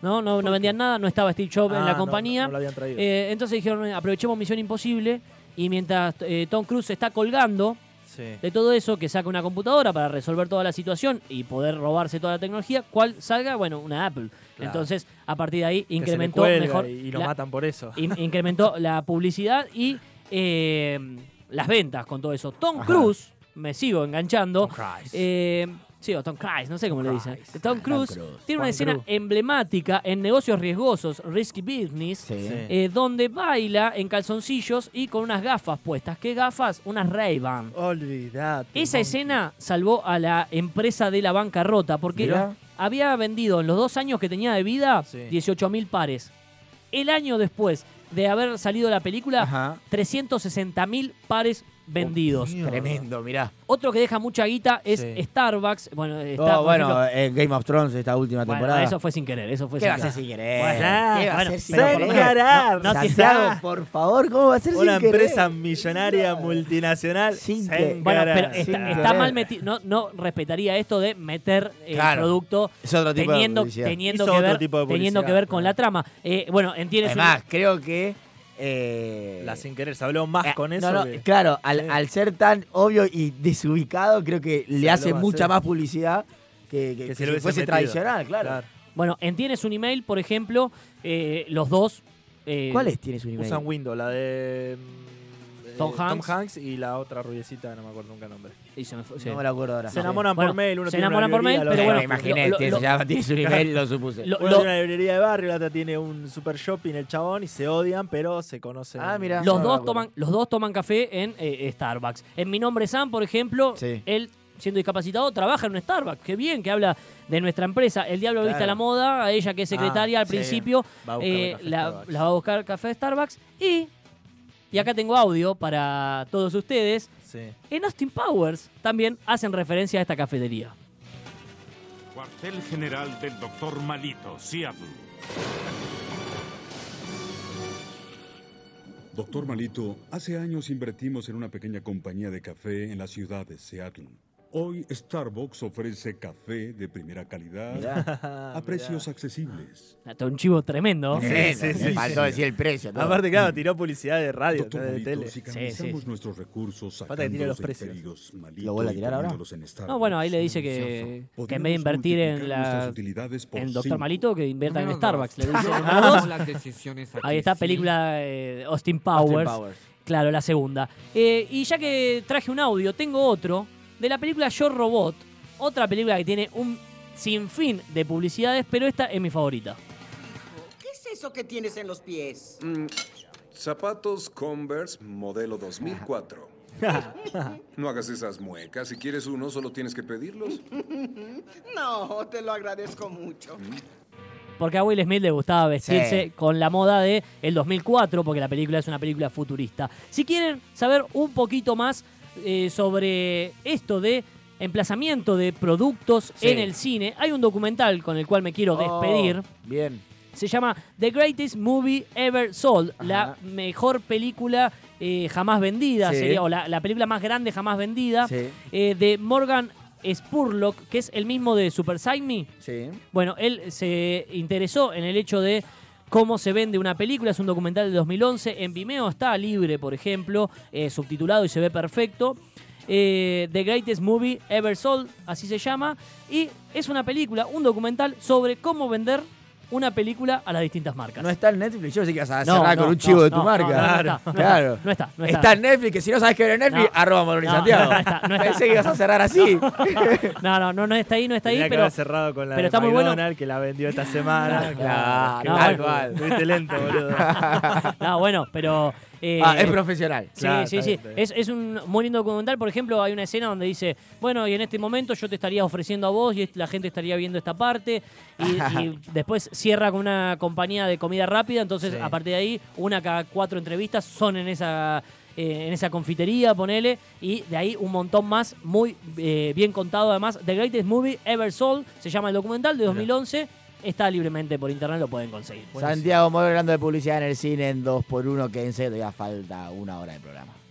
Speaker 3: No, no, no vendían nada, no estaba Steve Jobs
Speaker 4: Ah,
Speaker 3: en
Speaker 4: no,
Speaker 3: la
Speaker 4: no,
Speaker 3: compañía.
Speaker 4: no lo habían traído.
Speaker 3: Eh, entonces dijeron, aprovechemos Misión Imposible y mientras eh, Tom Cruise se está colgando,
Speaker 4: Sí.
Speaker 3: de todo eso, que saca una computadora para resolver toda la situación y poder robarse toda la tecnología, ¿cuál salga? Bueno, una Apple.
Speaker 4: Claro.
Speaker 3: Entonces, a partir de ahí,
Speaker 4: Que se le
Speaker 3: incrementó
Speaker 4: cuelga
Speaker 3: mejor.
Speaker 4: Y, y lo
Speaker 3: la-
Speaker 4: matan por eso.
Speaker 3: in- incrementó la publicidad y eh, las ventas con todo eso. Tom
Speaker 2: Ajá.
Speaker 3: Cruise, me sigo enganchando.
Speaker 4: Christ.
Speaker 3: eh, sí, o Tom Cruise, no sé cómo le dicen.
Speaker 4: Cruise.
Speaker 3: Tom Cruise
Speaker 2: Cruise.
Speaker 3: tiene una
Speaker 4: Juan
Speaker 3: escena
Speaker 4: Cruz.
Speaker 3: emblemática en negocios riesgosos, Risky Business,
Speaker 2: Sí.
Speaker 4: Sí.
Speaker 3: eh, donde baila en calzoncillos y con unas gafas puestas. ¿Qué gafas? Unas Ray-Ban.
Speaker 4: Olvidate.
Speaker 3: Esa
Speaker 4: monkey.
Speaker 3: escena salvó a la empresa de la bancarrota porque
Speaker 2: Mirá.
Speaker 3: había vendido en los dos años que tenía de vida
Speaker 4: Sí.
Speaker 3: 18 mil pares. El año después de haber salido la película,
Speaker 2: Ajá.
Speaker 3: 360 mil pares vendidos.
Speaker 4: Dios mío.
Speaker 2: Tremendo, mirá.
Speaker 3: Otro que deja mucha guita es
Speaker 4: Sí.
Speaker 3: Starbucks. Bueno, eh,
Speaker 2: Oh,
Speaker 3: está, por
Speaker 2: bueno,
Speaker 3: ejemplo-
Speaker 2: eh, Game of Thrones, esta última
Speaker 3: Bueno,
Speaker 2: temporada.
Speaker 3: eso fue sin querer, eso fue
Speaker 2: ¿Qué
Speaker 3: sin
Speaker 2: va a hacer
Speaker 3: querer.
Speaker 2: si querés?
Speaker 3: Bueno,
Speaker 2: ¿Qué va a
Speaker 3: bueno,
Speaker 2: hacer si
Speaker 3: pero por lo menos-
Speaker 2: querés?
Speaker 4: Encarar.
Speaker 3: no, no tiene-
Speaker 2: Santiago, por favor, ¿cómo va a ser
Speaker 4: Una
Speaker 2: sin querer?
Speaker 4: empresa millonaria multinacional.
Speaker 2: Sin
Speaker 4: se
Speaker 2: que-
Speaker 3: Bueno,
Speaker 4: encara.
Speaker 3: pero
Speaker 2: Sin
Speaker 3: está,
Speaker 2: querer.
Speaker 3: está mal metido. No, no respetaría esto de meter el
Speaker 2: Claro.
Speaker 3: producto
Speaker 2: Es otro tipo
Speaker 3: teniendo,
Speaker 2: de publicidad.
Speaker 3: teniendo,
Speaker 4: Hizo
Speaker 3: que
Speaker 4: otro
Speaker 3: ver,
Speaker 4: tipo de
Speaker 3: teniendo
Speaker 4: publicidad,
Speaker 3: que ver con
Speaker 4: claro.
Speaker 3: la trama. Eh, bueno, entiendes.
Speaker 2: Es más, creo que... eh,
Speaker 4: La sin querer. Se habló más
Speaker 2: eh,
Speaker 4: con
Speaker 2: no,
Speaker 4: eso.
Speaker 2: no,
Speaker 4: que-
Speaker 2: Claro, al,
Speaker 4: Sí.
Speaker 2: al ser tan obvio y desubicado, creo que le
Speaker 4: lo
Speaker 2: hace
Speaker 4: va a
Speaker 2: mucha
Speaker 4: hacer.
Speaker 2: más publicidad que, que-
Speaker 4: que
Speaker 2: que
Speaker 4: se
Speaker 2: si
Speaker 4: lo hubiese
Speaker 2: fuese
Speaker 4: metido.
Speaker 2: tradicional, claro.
Speaker 3: Bueno, entiendes un email, por ejemplo, eh, los dos. eh,
Speaker 2: ¿Cuál es? Tienes un email.
Speaker 4: Usan Windows, la de. mm, eh,
Speaker 3: Tom Hanks.
Speaker 4: y la otra rubiecita, no me acuerdo nunca el nombre.
Speaker 3: Y se me fue- sí.
Speaker 2: No me lo acuerdo ahora.
Speaker 4: Se
Speaker 2: No.
Speaker 4: enamoran
Speaker 3: Bueno,
Speaker 4: por mail, uno
Speaker 3: se
Speaker 4: tiene una
Speaker 3: enamoran por
Speaker 4: librería,
Speaker 3: mail,
Speaker 4: la
Speaker 3: pero
Speaker 4: otra-
Speaker 2: Bueno,
Speaker 3: bueno,
Speaker 2: me imaginé,
Speaker 3: lo-
Speaker 2: tiene-
Speaker 3: lo-
Speaker 2: se llama Tienes un email, lo supuse.
Speaker 3: Lo-
Speaker 4: Uno
Speaker 3: lo-
Speaker 4: tiene una librería de barrio, la otra tiene un super shopping, el chabón, y se odian, pero se conocen.
Speaker 2: Ah, mirá.
Speaker 3: los,
Speaker 2: No,
Speaker 3: dos
Speaker 2: no,
Speaker 3: toman, los dos toman café en eh, Starbucks. En mi nombre Sam, por ejemplo,
Speaker 2: Sí.
Speaker 3: él siendo discapacitado trabaja en un Starbucks. Qué bien que habla de nuestra empresa. El diablo viste a la
Speaker 2: Claro.
Speaker 3: moda, a ella que es secretaria
Speaker 4: Ah,
Speaker 3: al
Speaker 4: sí.
Speaker 3: principio,
Speaker 4: Va a buscar
Speaker 3: eh,
Speaker 4: café
Speaker 3: la,
Speaker 4: Starbucks.
Speaker 3: la va a buscar café Starbucks. Y, y acá tengo audio para todos ustedes.
Speaker 4: Sí.
Speaker 3: En Austin Powers también hacen referencia a esta cafetería.
Speaker 6: Cuartel General del Doctor Malito, Seattle.
Speaker 7: Doctor Malito, hace años invertimos en una pequeña compañía de café en la ciudad de Seattle. Hoy Starbucks ofrece café de primera calidad
Speaker 2: Mirá.
Speaker 7: a precios accesibles.
Speaker 3: Hasta un chivo tremendo.
Speaker 2: Sí,
Speaker 4: sí,
Speaker 2: me
Speaker 4: sí,
Speaker 2: faltó
Speaker 7: sí.
Speaker 2: decir el precio. todo.
Speaker 4: Aparte, claro, tiró publicidad de radio,
Speaker 7: Doctor
Speaker 4: no de
Speaker 7: Malito,
Speaker 4: eh, tele.
Speaker 7: si
Speaker 3: sí,
Speaker 7: canalizamos
Speaker 3: sí.
Speaker 7: nuestros recursos
Speaker 4: Falta que tire
Speaker 7: sacando los
Speaker 4: los precios.
Speaker 7: expedidos Malito
Speaker 2: ¿Lo vuelve a tirar ahora?
Speaker 7: poniéndolos en Starbucks,
Speaker 3: No, bueno, ahí le dice que, que en vez de
Speaker 7: podríamos
Speaker 3: invertir en
Speaker 7: multiplicar nuestras
Speaker 3: la
Speaker 7: utilidades por
Speaker 3: en Doctor
Speaker 7: cinco.
Speaker 3: Malito que invierta en
Speaker 8: Número
Speaker 3: Starbucks.
Speaker 8: dos.
Speaker 3: Le dice,
Speaker 8: Yo
Speaker 3: número dos.
Speaker 8: tomo las decisiones aquí,
Speaker 3: Ahí está,
Speaker 8: ¿sí?
Speaker 3: película eh, Austin
Speaker 2: Austin
Speaker 3: Powers. Claro, la segunda. Eh, y ya que traje un audio, tengo otro de la película Yo Robot. Otra película que tiene un sinfín de publicidades, pero esta es mi favorita.
Speaker 9: ¿Qué es eso que tienes en los pies?
Speaker 10: Mm, Zapatos Converse modelo 2004. No hagas esas muecas. Si quieres uno, solo tienes que pedirlos.
Speaker 9: No, te lo agradezco mucho.
Speaker 3: Porque a Will Smith le gustaba vestirse
Speaker 2: Sí.
Speaker 3: con la moda de el 2004, porque la película es una película futurista. Si quieren saber un poquito más eh, sobre esto de emplazamiento de productos
Speaker 2: Sí.
Speaker 3: en el cine, hay un documental con el cual me quiero
Speaker 2: Oh,
Speaker 3: despedir.
Speaker 2: bien.
Speaker 3: Se llama The Greatest Movie Ever Sold, la mejor película eh, jamás vendida,
Speaker 2: Sí.
Speaker 3: sería, o la, la película más grande jamás vendida,
Speaker 2: Sí,
Speaker 3: eh, de Morgan Spurlock, que es el mismo de Super Sign Me.
Speaker 2: sí.
Speaker 3: Bueno, él se interesó en el hecho de cómo se vende una película. Es un documental de 2011. En Vimeo está libre, por ejemplo, eh, subtitulado y se ve perfecto. Eh, The Greatest Movie Ever Sold, así se llama. Y es una película, un documental sobre cómo vender una película a las distintas marcas.
Speaker 2: No está en Netflix, yo pensé que ibas a
Speaker 3: No,
Speaker 2: cerrar
Speaker 3: no,
Speaker 2: con un chivo
Speaker 3: no,
Speaker 2: de tu
Speaker 3: no,
Speaker 2: marca.
Speaker 3: no, no
Speaker 2: claro,
Speaker 3: está, no
Speaker 2: claro.
Speaker 3: está, no está, no está.
Speaker 2: está. en Netflix, que si no sabes que ver en Netflix,
Speaker 3: No.
Speaker 2: arroba Moroni
Speaker 3: No,
Speaker 2: Santiago.
Speaker 3: no, no está, no está.
Speaker 2: Pensé que ibas a cerrar así.
Speaker 3: No, no, no, no está ahí, no está ahí,
Speaker 4: Tenía que
Speaker 3: pero
Speaker 4: haber cerrado con la
Speaker 3: pero
Speaker 4: de
Speaker 3: está muy bueno.
Speaker 4: McDonald's, que la vendió esta semana.
Speaker 2: Claro,
Speaker 4: Qué
Speaker 3: no,
Speaker 4: bueno.
Speaker 2: tal cual.
Speaker 4: Estuviste lento, boludo.
Speaker 3: no, bueno, pero eh,
Speaker 2: Ah, es profesional.
Speaker 3: Sí,
Speaker 4: Claro,
Speaker 3: sí,
Speaker 4: está
Speaker 3: sí.
Speaker 4: bien, está bien.
Speaker 3: Es, es un muy lindo documental. Por ejemplo, hay una escena donde dice, bueno, y en este momento yo te estaría ofreciendo a vos y la gente estaría viendo esta parte. Y, y después cierra con una compañía de comida rápida. Entonces,
Speaker 4: Sí.
Speaker 3: a partir de ahí, una cada cuatro entrevistas son en esa... eh, en esa confitería, ponele, y de ahí un montón más, muy eh, bien contado además. The Greatest Movie Ever Sold, se llama el documental de 2011, está libremente por internet, lo pueden conseguir.
Speaker 2: Santiago Moro hablando de publicidad en el cine en 2x1, quédense, todavía falta una hora de programa.